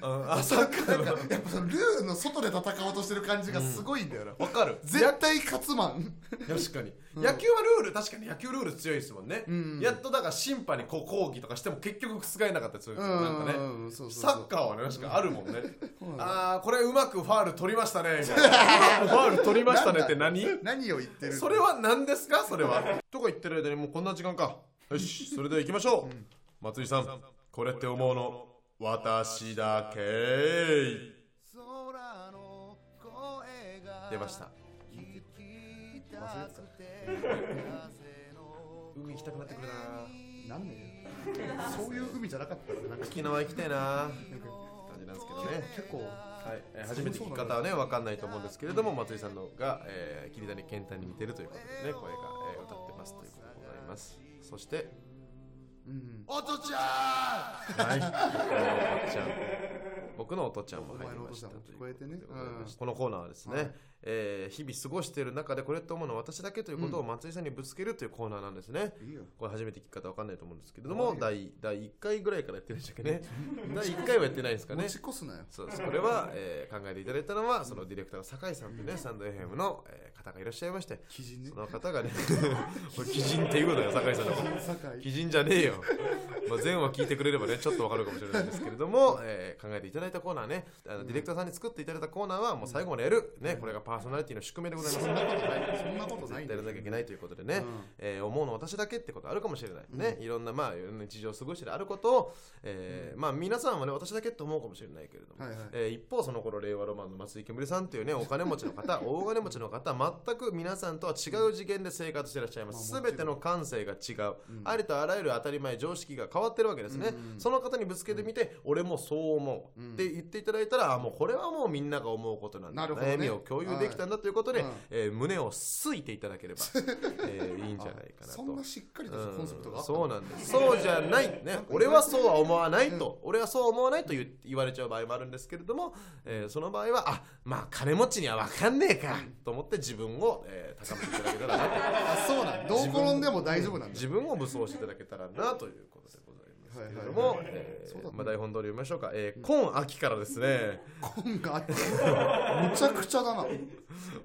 うんあサッカ
な
ー
んか
の
やっぱそのルールの外で戦おうとしてる感じがすごいんだよな、
わかる
絶対勝つマン
確かに、
うん
野球はルール確かに野球ルール強いですもんね、
うん
やっとだから審判にこう抗議とかしても結局覆えなかったりするんですよなんかね
うんそうそうそう
サッカーはね確かにあるもんね
そうなんだ
ああこれうまくファール取りましたねみたいな ファール取りましたねって何
何を言ってる
それは何ですかそれはとか言ってる間にもうこんな時間かよ しそれでは行きましょう、松井さんこれって思うの私だけ
空の声が
出ました
聞きたくて
海行きたくなってくる
なんでそういう海じゃなかったよなんか
な 沖縄行きたいな感じなんですけどね
結構
はい、えー初めて聞き方はね分かんないと思うんですけれども松井さんのが、えー、桐谷健太に似てるということでね声が、えー歌ってますということでございますそして
うん
おとちゃんはいおとちゃん僕のおとちゃんも入りました
お前のおとちゃんも聞こえてね
ということでございますこのコーナーはですね、
はい
えー日々過ごしている中でこれと思うのは私だけということを松井さんにぶつけるというコーナーなんですね、
いいよ
これ初めて聞き方わかんないと思うんですけれど
わ
も
か
第第1回ぐらいからやってるんでしたっけね第1回はやってないですか
持
ね
ち越すなよ
そうですこれは、えー考えていただいたのはそのディレクターの酒井さんというね、サンド FM の、えー方がいらっしゃいまして
基人ね
その方がね これ鬼人っていうことだよ酒井さんの
酒
鬼
井
人じゃねえよ、まあ、前話聞いてくれればねちょっとわかるかもしれないんですけれども、えー考えていただいたコーナーねあのディレクターさんに作っていただいたコーナーはもう最後までやる、ね、これがパーソナリティの宿命でございます
そんなことないそんなことない
やらなきゃいけないということでね、えー思うの私だけってことあるかもしれない、ねいろんなまあ日常を過ごしてるあることを、えーまあ皆さんはね私だけって思うかもしれないけれども、
はいはい
えー一方その頃令和ロマンの松井けむりさんという ねお金持ちの方大金持ちの方全く皆さんとは違う次元で生活してらっしゃいます、
まあもちろ
全
ん
ての感性が違う、ありとあらゆる当たり前常識が変わってるわけですね、その方にぶつけてみて、俺もそう思う、って言っていただいたらあもうこれはもうみんなが思うことなんだ
なるほどね
悩みを共有できたんだということで、
はいうん
えー胸をすいていただけれ ば、えーいいんじゃないかなと。
そんなしっかりとしたコンセプト
う
があ
ん
った
そうなんですそうじゃない、ね、俺はそうは思わないと、俺はそう思わないと言う言われちゃう場合もあるんですけれども、えーその場合はあまあ金持ちには分かんねえかと思って自分を、えー高めていただけたらなと
あそうなんどう転んでも大丈夫なんだ
自分を武装していただけたらなということでございますけれど
はい
も
はいはい
えー
そうだね
まあ台本通り読みましょうか、えー今秋からですね
今があってむちゃくちゃだな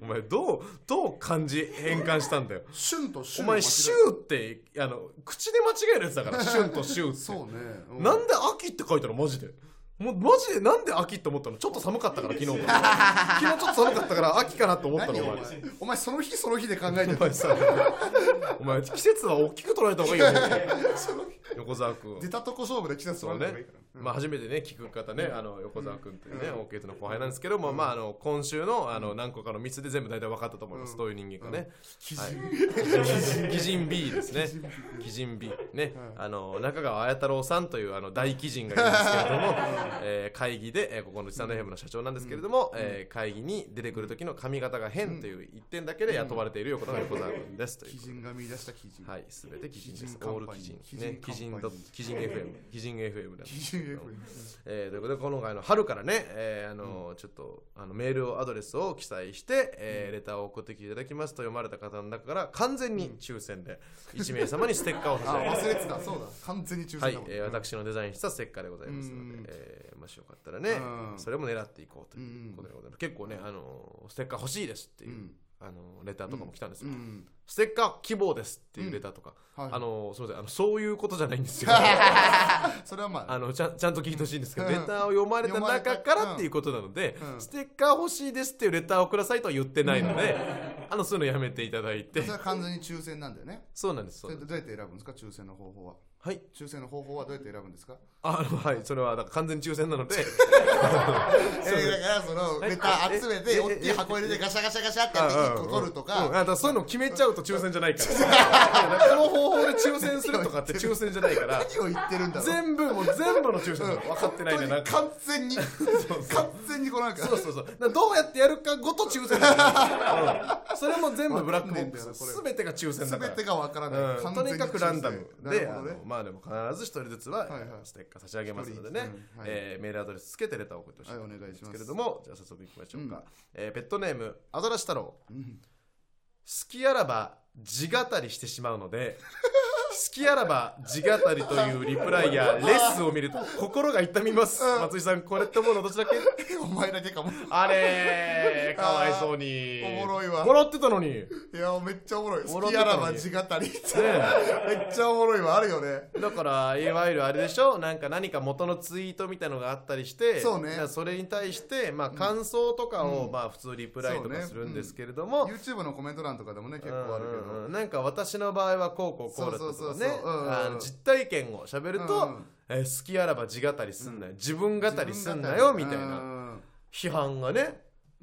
お前どうどう漢字変換したんだよ
旬と旬
お
を
前「
間違え
シュー」ってあの口で間違えるやつだ から「シュン」と「シュー」って
そうね、う
なんで秋って書いたのマジで。もうマジでなんで秋って思ったのちょっと寒かったから昨日昨 日ちょっと寒かったから秋かなと思ったの
何
お
お前
前
お前その日その日で考えて
お前
る
さお前季節は大きく捉えた 方がいいよ横澤君
出たとこ勝負で季節
そう
取
ね
らなきゃいいから、
まあ、初めてね聞く方ね、あの横澤君というね、オーケーズの後輩なんですけども、まあ、あの今週のあの何個かのミスで全部大体分かったと思います、どういう人間かね。はい、基人 B ですね。基人 B ね、あの中川綾太郎さんというあの大基人がいるんですけれども、えー会議で、えーここのスタンドヘムの社長なんですけれども、えー会議に出てくる時の髪型が変という一点だけで雇われている横澤君ですという
基
ことで。
人が見出した基人、
はい、すべて基人で
基
す
人。
オ
カ
ール
ンパニ
基
ー
人。
基人
ね、基
カンパ
人
ニー
と、基人 FM。基人 FM だ。
基人 F
えーということで今回の春からね、えーあのちょっとあのメールをアドレスを記載して、えーレターを送ってきていただきますと読まれた方の中から完全に抽選で1名様にステッカーを
あ
差し上げます。
忘れてたそうだ完全に抽選だ
はい
もん、、
えー私のデザインしたステッカーでございますので、
うん
えーもしよかったらね、
うん
それも狙っていこうということでございます。結構ね、あのステッカー欲しいですっていう、
うん
あのレターとかも来たんです
う
よ。
ん
ステッカー希望ですっていうレターとか、
うんはい
あのすみませんあのそういうことじゃないんですよ
それはまあ
あのちゃんちゃんと聞いてほしいんですけど、
うん
レターを読まれた中からっていうことなので、
うん
ステッカー欲しいですっていうレターをくださいとは言ってないので、あのそういうのやめていただいて
それは完全に抽選なんだよね
そうなんですそ
そう
な
れっ
ん
て
です
どうやって選ぶんですか抽選の方法は
はい
抽選の方法はどうやって選ぶんですか
あのはいそれはだから完全に抽選なの で
えー、だからそのレター集め
え
て
え
大きい箱入れてガシャガシャガシャってやって1個取ると
うんうんうん
か
あだらそういうの決めちゃうと抽選じゃないからこ の方法で抽選するとかって抽選じゃない から
何を言ってるんだろう
全部もう全部の抽選なの分かってないねなんか
完全に完全にこうなんか
そうそうそう。だからどうやってやるかごと抽選だから、うんそれも全部ブラックボック
わかんねえんだよなこ
ス。
れ
すべてが抽選だか
全
ら。
てがわからない、
うん
完
と
全
にかくランダム
抽選
で、
な
あ
るほどね
のまあでも必ず一人ずつは
はいはい
ステッカー差し上げますのでね、
一人ずつうんはい
えーメールアドレスつけてレターを送ってほしい
はいお願いします
ですけれどもじゃあ早速いきましょうか、
うん
えーペットネームアザラシ太郎
うん
好きあらば地語りしてしまうので好きあらば地語りというリプライやレッスンを見ると心が痛みます
うん
松井さんこれって思うのどっちだっけ
お前だけかも
あれー かわいそうに
あーおもろいわ
もらってたのに
いやめっちゃおもろい
も
好
らっ
き
てた
やら
の
ば
に
地語りって
ね
めっちゃおもろいわあるよね
だからいわゆるあれでしょなんか何か元のツイートみたいのがあったりして
そうね
だからそれに対して、まあ、感想とかを、まあ、普通リプライと
そう
か
ね
するんですけれども、
YouTube のコメント欄とかでもね結構あるけ
うんうんう
ど
んなんか私の場合はこうこうこうだった
そう
と
そう
か
そう
ね
そううんうん
あの実体験を喋ると、
うんうん
えー好きあらば地語りすんなよ、自分語りすんな
自
よ
分語り
みたいな批判がね、
う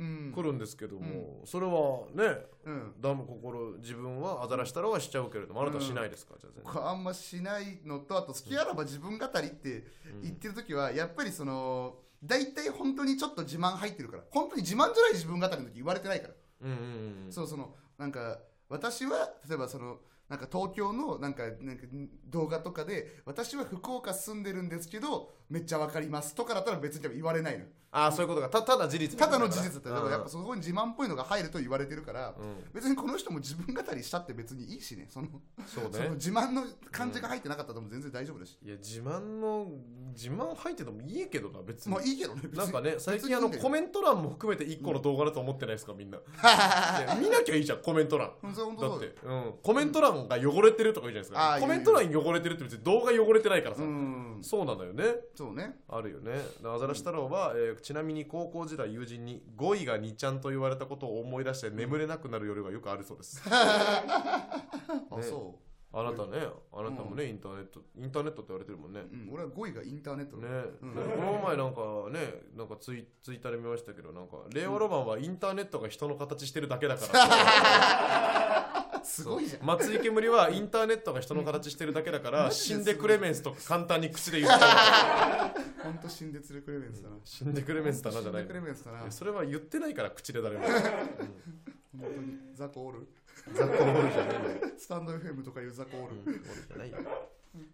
ん
来るんですけども、それはね
うん
ダム心自分はアザラシ太郎はしちゃうけれどもあなたはしないですか、じゃあ全然
僕はあんましないのとあと好きあらば自分語りって言ってる時はやっぱりその大体本当にちょっと自慢入ってるから本当に自慢じゃない自分語りの時言われてないから
うんうんうん
そうそのなんか私は例えばそのなんか東京のなんかなんか動画とかで私は福岡住んでるんですけどめっちゃわかりますとかだったら別に多分言われないの
ああそういうことかたただ事実
ただの事実だったら
う
だか
ん
らやっぱそこに自慢っぽいのが入ると言われてるから、
うん
別にこの人も自分語りしたって別にいいしねその
そう
そ
ね
の自慢の感じが入ってなかったらも全然大丈夫だし、
いや自慢の自慢入っててもいいけどな別に、
まあいいけどね別に
なんかね最
別に
近
い
あ
いん
の
だけど
コメント欄も含めて1個の動画だと思ってないですかみんないや見なきゃいいじゃんコメント欄
うんそれ本
だ
当そ
っ
うだよ
て、うん、コメント欄が汚れてるとか言うじゃないですか
あー
コメント欄汚れてるって別に動画汚れてないからさ、
うん
そうなのよね
そうね
あるよねアザラシ太郎は、えーちなみに高校時代友人に語彙が2ちゃんと言われたことを思い出して眠れなくなる夜がよくあるそうです
あ
ね
そ
あなたねあなたもね、インターネットインターネットって言われてるもんね、
う、うん、俺は5位がインターネットだ
ね、
うん
この前なんかねなんかツイツイッターで見ましたけどなんか令和ロマンはインターネットが人の形してるだけだ から
すごいじゃん
松井煙はインターネットが人の形してるだけだから死んでクレメンスとか簡単に口で言っち ゃう
ほんと死んでつれクレメンスだな
死んでクレメンスだなじゃない
死んでクレメンスだな
それは言ってないから口で 誰も
本当にザコオール
雑魚おるじゃねえんだよ
スタンド FM とかいうザコオール、
うんおるじゃないよ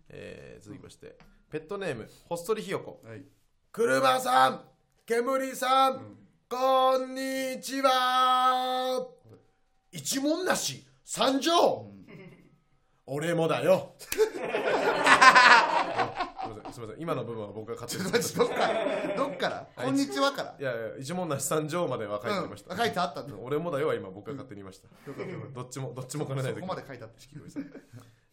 えー続きましてペットネームほっそりひよこ
はい
車さん煙さん、こんにちは一文なし参上、俺もだ よあすいませんすいません今の部分は僕が勝手に
マジどっからどっからこんにちはから
いやいや一文なし参上までは書いてありました、
うん書いてあったんだ
俺もだよは今僕が勝手に言いました、
よかったよかっ
どっちもどっちも兼ね
た
な
そ
いと
こまで書いてあった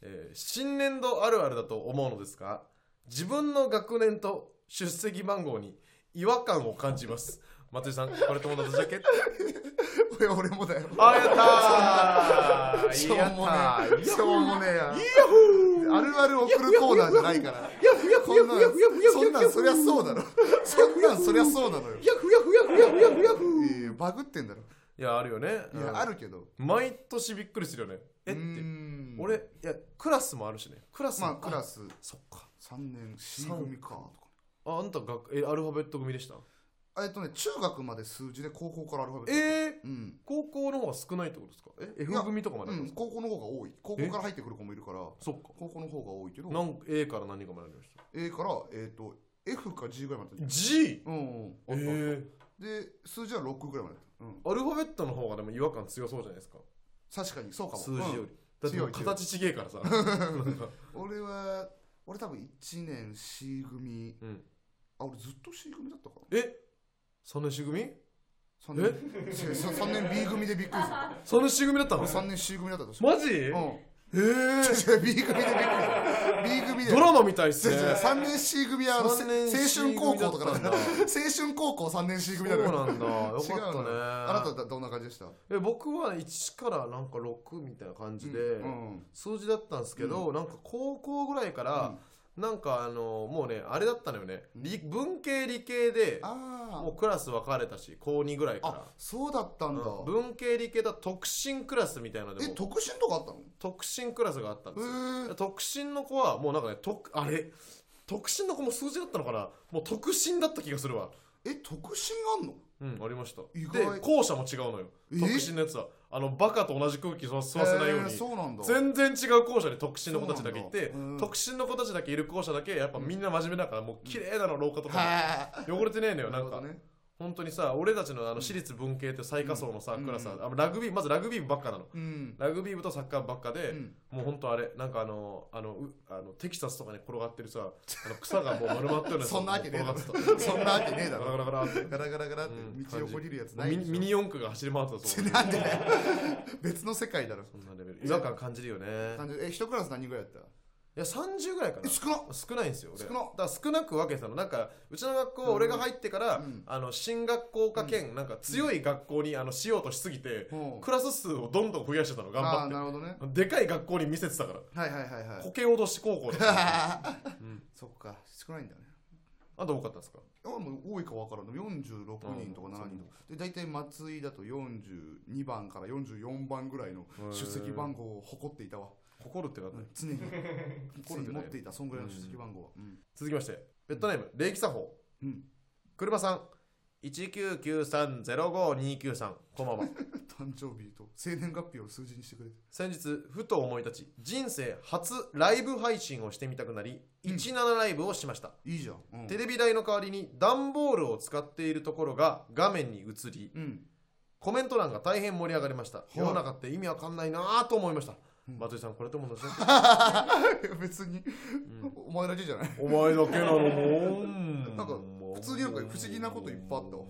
えー新年度あるあるだと思うのですが自分の学年と出席番号に違和感を感じます松井さんこれ友達だ け
俺俺もだよ
あや ったー
しょうもねえしょうもねえや
ヤッ
あるある送るコーナーじゃないから
フーヤッフ
こん
ー
なん
ヤッフーヤッフーヤッフー
そんなんそりゃそうだろそんなんそりゃそうなのよ
ヤッフーヤッフーヤッフーヤッフーヤッフーヤッフー
いやバグってんだろ
いやあるよね
いやあるけど
毎年びっくりするよねえっ
う
て
ーん
俺いやクラスもあるしねクラスも
まあクラス
そっか
3年 C 組かとか
ああんた学えアルファベット組でした
えっとね中学まで数字で高校からアルファベット
えー、
うん
高校の方が少ないってことですかえ
いや
F 組とかまであ
う
るん
ん
ですか、
高校の方が多い高校から入ってくる子もいるから
そっか
高校の方が多いけど
なん A から何かまでありました
A から、えー、と F か G ぐらいまでだった
G?
うんうん
え
あった
ー、
で数字は6ぐらいまでだったうん
アルファベットの方がでも違和感強そうじゃないですか
確かにそうかも
数字より、
うん
だってもう
強い強い
形ちげえから さなんか
俺は俺多分1年 C 組
うん
あ俺ずっと C 組だったか
え三年 C 組
な3年違うそう三年 B 組でびっく りした
三年 C 組だったの
俺3年 C 組だったとして
マジ、
う
え
ん
えー、
違う B 組でびっくりした B 組で
ドラマみたいっすね
3年 C 組はあのせ
三年 C
青春高校とか だ
組だっ
から青
たん
春高校3年 C
そう
組だから
なんだよかっ
違う
たね
のあなただどんな感じでした
え僕は1からなんか6みたいな感じで、
うん
数字だったんですけど、なんか高校ぐらいから、なんかあのもうねあれだったのよね、理文系理系で
あ
もうクラス分かれたし高2ぐらい
あ
か
あそうだったんだ
ら、うん文系理系だと特進クラスみたいなので
え
も
特進とかあったの
特進クラスがあったんです
へ
よ
ー
特進の子はもうなんかねとあれ特進の子も数字だったのかなもう特進だった気がするわ
え特進あんの
うんありました
意外
で校舎も違うのよ
え
特進のやつはあのバカと同じ空気を吸わせないよう
えー
に
そうなんだ
全然違う校舎に特進の子たちだけいて
そうなんだうん
特進の子たちだけいる校舎だけやっぱみんな真面目だからもう綺麗なの廊下とか
はあ
汚れてねえのよな
なる
ん
ほ
か
どね
本当にさ俺たちのあの私立文系って最下層のさ
うん
クラスは
うん
あのラグビーまずラグビー部ばっかなの
うん
ラグビー部とサッカー部ばっかで、
うん
もう本当あれなんかあのあのうあのテキサスとかに転がってるさあの草がもう丸まってるの
そんなわけねえだろ
転がって
そんなわけねえ
た
だ
ガラ
ろ
ガラガラって
ガラガラガラっ
うん
て道を掘りるやつな
ミ
いで
ニ
しょ
ミニ四駆が走り回 ってたと思う
なんで別の世界だろ
そんなレベル違和感感じるよね
感じえ一クラス何人ぐらいやった
いや30ぐらいか
え
な
少なっ
少ないんですよ俺
少な
だから少なく分けてたのなんかうちの学校は俺が入ってから、
うん
あの新学校か兼、なんか強い学校にあのしようとしすぎて、
うん
クラス数をどんどん増やしてたの頑
ああ
張
な
っ
るほどね
てでかい学校に見せてたから
はいはいはいはい
こけ落とし高校だったうん
そっか少ないんだね
あと多かったですか
あもう多いか分からん46人とか7人とかで大体松井だと42番から44番ぐらいの出席番号を誇っていたわ
誇るってな って、
常に常
るっ
に
てね
持っていたそんぐらいの出席番号はうん
続きましてベッドネーム礼儀作法
うん
車さん19930529こんばんは
誕生日と生年月日を数字にしてくれて
先日ふと思い立ち人生初ライブ配信をしてみたくなり、17ライブをしました
いいじゃんうん
テレビ台の代わりに段ボールを使っているところが画面に映り
うん
コメント欄が大変盛り上がりました、
い
世の中って意味わかんないなぁと思いました、松井さんこれとも同じだ
別にお前だけじゃない
お前だけなのも
なんか普通になんか不思議なこといっぱいあったわ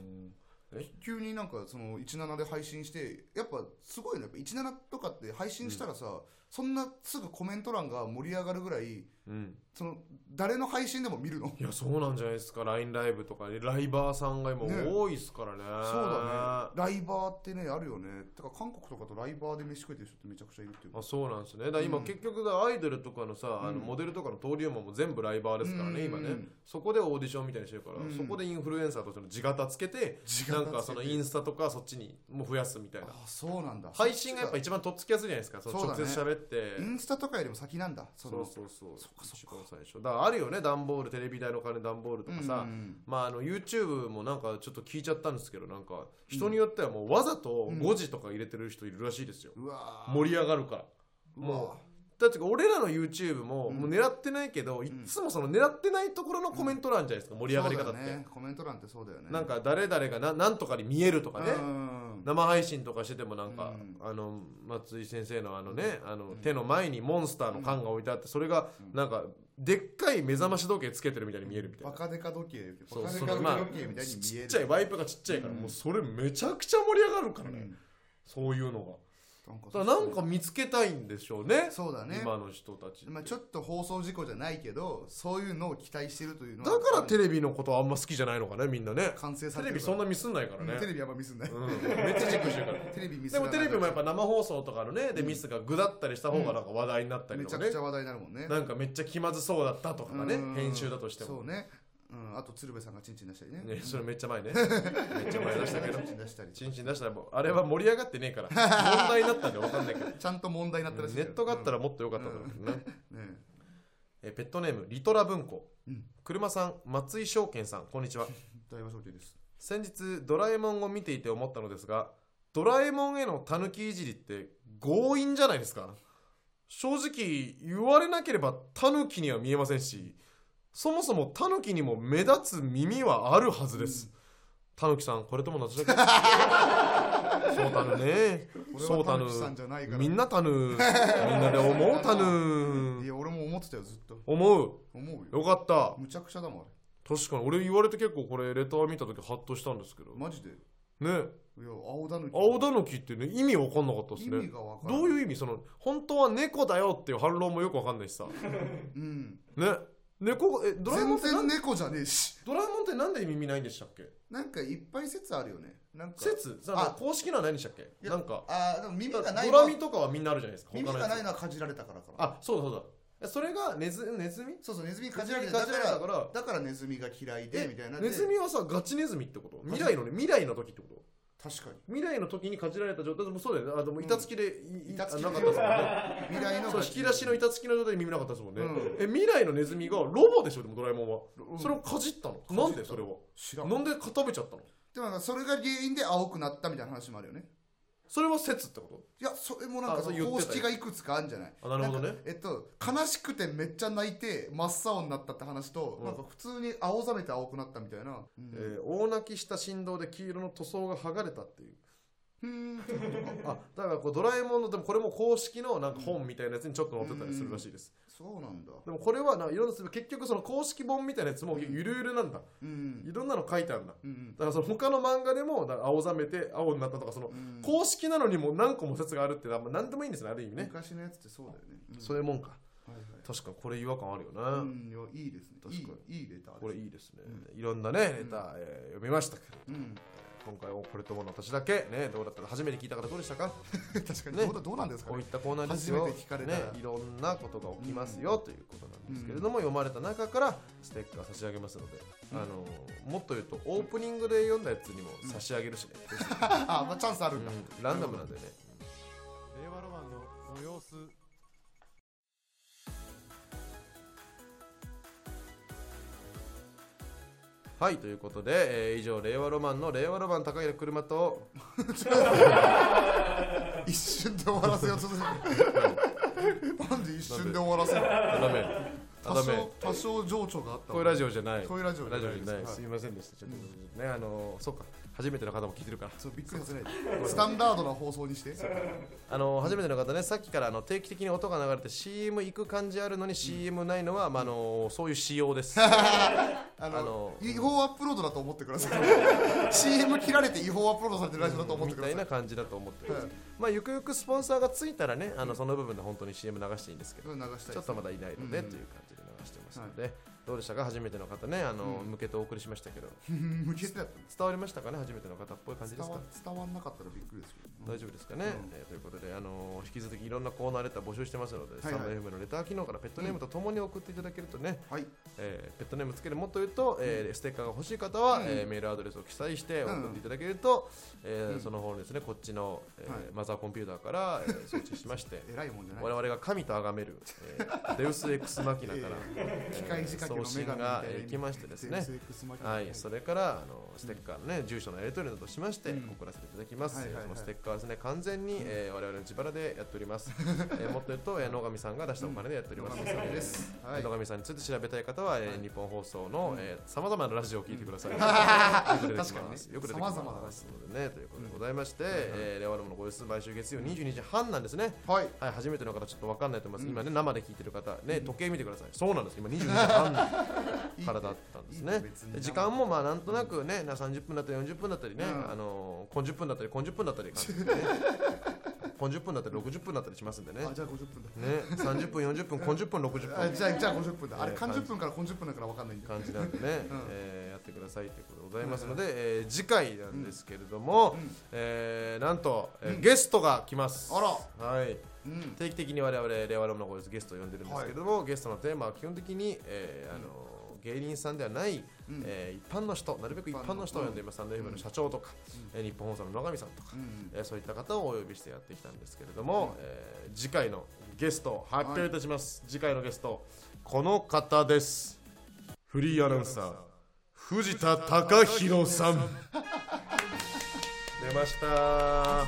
え
急になんかその17で配信してやっぱすごいねやっぱ17とかって配信したらさ、そんなすぐコメント欄が盛り上がるぐらい
うん
その誰の配信でも見るの
いやそうなんじゃないですか LINE ライブとかライバーさんが今
ね
多いですからね
そうだねライバーってねあるよねてか韓国とかとライバーで飯食えてる人ってめちゃくちゃいるっていう
あそうなんですねだから今
うん
結局だアイドルとかのさ、あの
うん
モデルとかの登竜門も全部ライバーですからね、
うん
今ねそこでオーディションみたいにしてるから、
うん
そこでインフルエンサーとしての地型つけて
地
な
形
んかそのインスタとかそっちにも増やすみたいな
あそうなんだ
配信がやっぱ
そっち
一番とっつきやすいじゃないですかその
そう
直
だ
接
ね
喋って
がインスタとかよりも先なんだそ
そ
の
うそうそう
そっかそっか
一番最初だからあるよね段ボールテレビ台の金段ボールとかさ、
うんうんうん
まあ、あの YouTube もなんかちょっと聞いちゃったんですけどなんか人によってはもうわざと
うん
5時とか入れてる人いるらしいですよ、
うわー
盛り上がるから
うわー
もだって俺らの YouTube も,、
うん
もう狙ってないけどいっつもその狙ってないところのコメント欄じゃないですか、盛り上がり方っ
そう
て、
だよねコメント欄ってそうだよね
なんか誰々がななんとかに見えるとかね、
うん
生配信とかしててもなんか、
う
あの松井先生のあのね、あの手の前にモンスターの缶が置いてあってそれがなんかでっかい目覚まし時計つけてるみたいに見えるみたいな
バ、カデカ時計
そう
バカデ
そ
カ
のまあ
時計みたいに見える
ちっちゃいワイプがちっちゃいから、もうそれめちゃくちゃ盛り上がるからね、
うん
そういうの
なんか
がだからなんか見つけたいんでしょうね
そうだね、
今の人たちって、
まあ、ちょっと放送事故じゃないけどそういうのを期待してるというの
だ
は
からテレビのことはあんま好きじゃないのかねみんなね
完成さ
テ
れ
レビ
てる
そんなミスんないからね、
テレビあんまミスんない、
うん、めっちゃチェックしてるから
テレビミス
で
らな
も
い
テレビもやっぱ生放送とかのねでミスがぐだったりした方がなんか話題になったり
め
と
ち
か
ゃ
ね
くちゃ話題になるもんね
なんかめっちゃ気まずそうだったとかがね
うん
編集だとしても
そうね、うん、あと鶴瓶さんがチンチン出したりね
ねそれめっちゃ 前ねめっちゃ前出したけど
チンチン出したり
チンチン出したらもうあれは盛り上がってねえ から問題になったんで分かんないけど
ちゃんと問題になったらしい
ネ
よ
ットがあったらもっと良かったんだろうけどね
うんね
えペットネームリトラ文庫
うん
車さん松井証券さんこんにちは
大和証券です
先日ドラえもんを見ていて思ったのですがドラえもんへのたぬきいじりって強引じゃないですか正直言われなければタヌキには見えませんしそもそもタヌキにも目立つ耳はあるはずです、タヌキさんこれとも同じ だけそうたぬね
俺
そう
は
た
タ
ぬ
ヌキさんじゃないから
みんなた ぬみんなで思うた
い
ぬ
や俺も思ってたよずっと
思う
思うよ
よかった
むちゃくちゃだもんあれ
確かに俺言われて結構これレター見た時ハッとしたんですけど
マジでいや
ね
青だぬき
青だぬきってね意味わかんなかったです
意
ね
味がわから
どう
う
いう意味その本当は猫だよっていう反論もよくわかんないしさ
うん
ね猫がえドラえもんっ
全
てなん
然猫じゃねえし
ドラえもんってなんで耳ないんでしたっけ
なんかいっぱい説あるよねなんか
説さ
あ
公式なのは何でしたっけ
や
なんか
あーでも耳
ド
がないの
ラ
は
ミとかはみんなあるじゃないですか
耳が
他のや
ない
つ
のはかじられたからから
あそうだそうだえそれがネズネズミ
そうそうネズミにか
ネ
じ
ズ
ら
ミ
れ
にか
てだ
じ
から
れた
ら
から
だからネズミが嫌い
え
でみたいなんで
ネズミはさガチネズミってこと未来のね未来の時ってこと
確か
未来の時にかじられた状態でもそうだよねあでも板付きでいい
板付き
あ
で
なかったですもんね
に未来の
そう
ガ
引
チ
き出しの板付きの状態で耳なかったですもんね、
うん
え未来のネズミがロボでしょでもドラえもんは、
うん
それをかじったの
た
なんでそれは
知らん
なんで固めちゃったの
でもなんかそれが原因で青くなったみたいな話もあるよね
それは説ってこ
いやそれもなん
あ
か
そう
その
言って
公
た
式がいくつかあるんじゃない
あなるほどね
んかえっと悲しくてめっちゃ泣いて真っ青になったって話と、
うん
なんか普通に青ざめて青くなったみたいな、うん
と、えー大泣きした振動で黄色の塗装が剥がれたっていう
ふーん
あだからこうドラえもんのでもこれも公式のなんか本みたいなやつにちょっと載ってたりするらしいです、
そうなんだ
でもこれはなんかいろんな結局その公式本みたいなやつもゆるゆるなんだ
うん
いろんなの書いてあるんだ
うんうん
だからその他の漫画でもだから青ざめて青になったとかその
うん
公式なのにも何個も説があるってのはまあ何でもいいんですねある意味ね、
昔のやつってそうだよね、うん
そういうもんか
はいはい
確かにこれ違和感あるよ
う
な、
ん、いやいいですね。
確
い
か
いいいレターです。
これいいですね、いろんなねネタ、えー読みましたけど
うん、
今回もこれともの私だけねどうだったか初めて聞いた方どうでしたか
確かに
ね
どうだどうなんですか
こうい
ね
っ。たコーナーですよ
初めて聞かれたら
ね、いろんなことが起きますよ、ということなんですけれども、読まれた中からステッカー差し上げますので、あのもっと言うとオープニングで読んだやつにも差し上げるしね、
あ、まあチャンスあるんだ。
うん ランダムなんでね
令和ロマンのご様子
はいということで、えー以上令和ロマンの令和ロマン高平車 と
一瞬で終わらせようとする。なんで一瞬で終わらせるの。
あダメあダ
多
メ
少多少情緒があった。
こういうラジオじゃない
こういうラジオじゃ
ラ
ない
ジオじゃない、
はい
すいませんでしたちょっと、ねあのそうか初めての方も聞いてるから
そうびっくりさせないで。スタンダードな放送にして。
あの初めての方ねさっきからあの定期的に音が流れて CM 行く感じあるのに CM ないのは、まあ、あのそういう仕様です
あ
あの
の違法アップロードだと思ってく ださい。CM 切られて違法アップロードされてるラジオだと思って
み
くだ
た
さい
い。な感じだと思ってます、
はい
まあゆくゆくスポンサーがついたらねあのその部分で本当に CM 流していいんですけど
うん流したいです。
ちょっとまだいないので、
うん
という感じで流してますので、どうでしたか初めての方ねあの、向けてお送りしましたけど
向けてだったんです。
伝わりましたかね初めての方っぽい感じで
伝
すか
わ伝わんなかったらびっくりですけど。
大丈夫ですかね、
うん
えーということで、あのー引き続きいろんなコーナーレター募集してますので、
はいはい
サンド FM のレター機能からペットネームとともに送っていただけるとね、
はい。
えーペットネームつけるもっと言うと、えーステッカーが欲しい方は、
うん
えーメールアドレスを記載して
う
送
ん
っていただけると、えー
うん
その方にですねこっちの、えー
はい
マザーコンピューターから、 えー送信しまして
偉いもんじゃない
我。々が神と崇める、えーデウスエクスマキナか ら、
機械仕掛けの
送信
女神みたい
が
な
えー行きましてですね、
ゼウス X マキナ
はい、それからあのステッカーのね、住所のやり取りなどしまして、
うん
送らせていただきます、
はいはいはい
そのステッカーはですね完全に、えー我々の自腹でやっております、えーもっと言うと、えー野上さんが出したお金でやっております、
野上さんです
は
はいい
野上さんについて調べたい方は、えー日本放送のさまざまなラジオを聞いてください、よく出てき
確か
ま
に
す
ね
よく出てきます
様々なラジ
のでねということでございまして、えーレオアルムのご様子毎週月曜22時半なんですね、
はい
はい、初めての方ちょっと分かんないと思います、今ね生で聞いてる方ね時計見てくださいそうなんです今22時半からだったんですね
いいね別に
時間もまあなんとなくね、な30分だったり40分だったりね、
うん
あのー、50分だったり50分だったり感じでね50分だったり60分だったりしますんでね
あじゃあ50分だ
ね30分40分50分60分
あじゃあ じゃあ50分だあれ
えー感じ
30分から50分だから分かんないんだ
感じなんでね、えーやってくださいということでございますので、えー次回なんですけれども、えーなんと、えーゲストが来ます
あ
はい
うん
定期的に我々令和ロムの声ゲストを呼んでるんですけれども、ゲストのテーマは基本的に、えーあの芸人さんではない、
うん
えー一般の人なるべく一般の人を呼んでいますサンドウェブの社長とか、えー日本放送の野上さんとか、
うん
えーそういった方をお呼びしてやってきたんですけれども、えー次回のゲストを発表いたします、次回のゲストこの方ですフリーアナウンサー藤田貴弘 さん出ました
じゃあ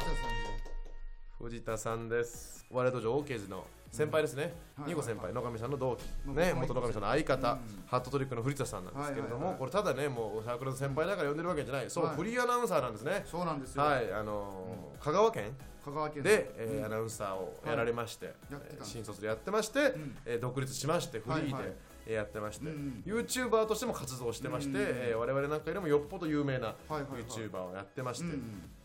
藤田さんです我々道場 OK ズの先輩ですね、
うん
ニコ先輩、野上さんの同期、
まあ
ね、
僕も
元野上さんの相方、
うん
ハットトリックの藤田さんなんですけれども、
はいはいはい
これただねもうサークルの先輩だから呼んでるわけじゃないそう、
はい
フリーアナウンサーなんですね
三そうなんですよ
はいあのー香川県
香川県
で、えーアナウンサーをやられまして、
やってたんです
新卒でやってまして、
ん
えー独立しましてフリーで。
はいはい
えーやってまして、
うん
YouTuber としても活動してまして、
うん
えー我々なんかよりもよっぽど有名な
はいはいはい
YouTuber をやってまし
う
て、
ん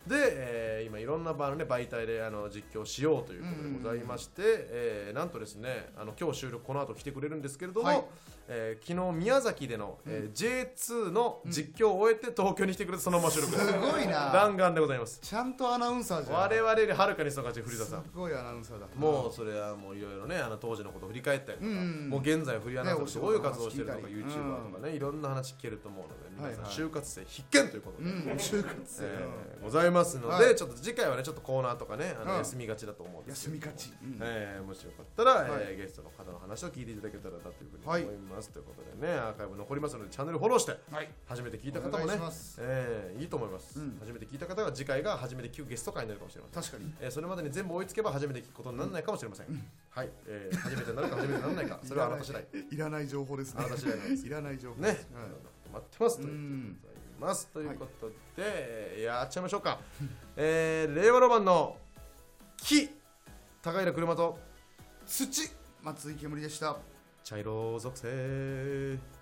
で、えー今いろんな場の、ね、媒体であの実況しようということでございまして、えーなんとですねあの今日収録この後来てくれるんですけれども、
はい
えー昨日宮崎での、えー J2 の実況を終えて東京に来てくれてそのまま収録、
すごい
弾
な
丸でございます
ちゃんとアナウンサーじゃん
我々よりはるかに忙しい古田さん
すごいアナウンサーだ
もうそれはもういろいろねあの当時のことを振り返ったりとか、
うん
もう現在フリーアナウンサー
ね
としてどういう活動をしてるとか
お仕事の話聞いたり
YouTuber とかね、いろんな話聞けると思うので皆さん
はいはい
就活生必見ということ
う
で、
ん就活生
えーございますので、
はい
ちょっと次回はねちょっとコーナーとかねあの
うん
休みがちだと思うんですけど
休み勝ち、うん
えー、もしよかったら、
はい
えーゲストの方の話を聞いていただけたらなというふうに
はい
思います、ということでねアーカイブ残りますのでチャンネルフォローして
はい
初めて聞いた方も
お願い
ね
します、
えーいいと思います、
うん
初めて聞いた方は次回が初めて聞くゲスト会になるかもしれません
確かに
えーそれまでに全部追いつけば初めて聞くことにならないかもしれません、はい、えー初めてなるか初めてならないかそれはあなた次第
いらない情報ですね
あなた次第なんです
いらない情報
ね、
はい
待ってますといううことで
ん
ございますということで、やっちゃいましょうか、えー令和ロマンの木高平車と
土松井煙でした
茶色属性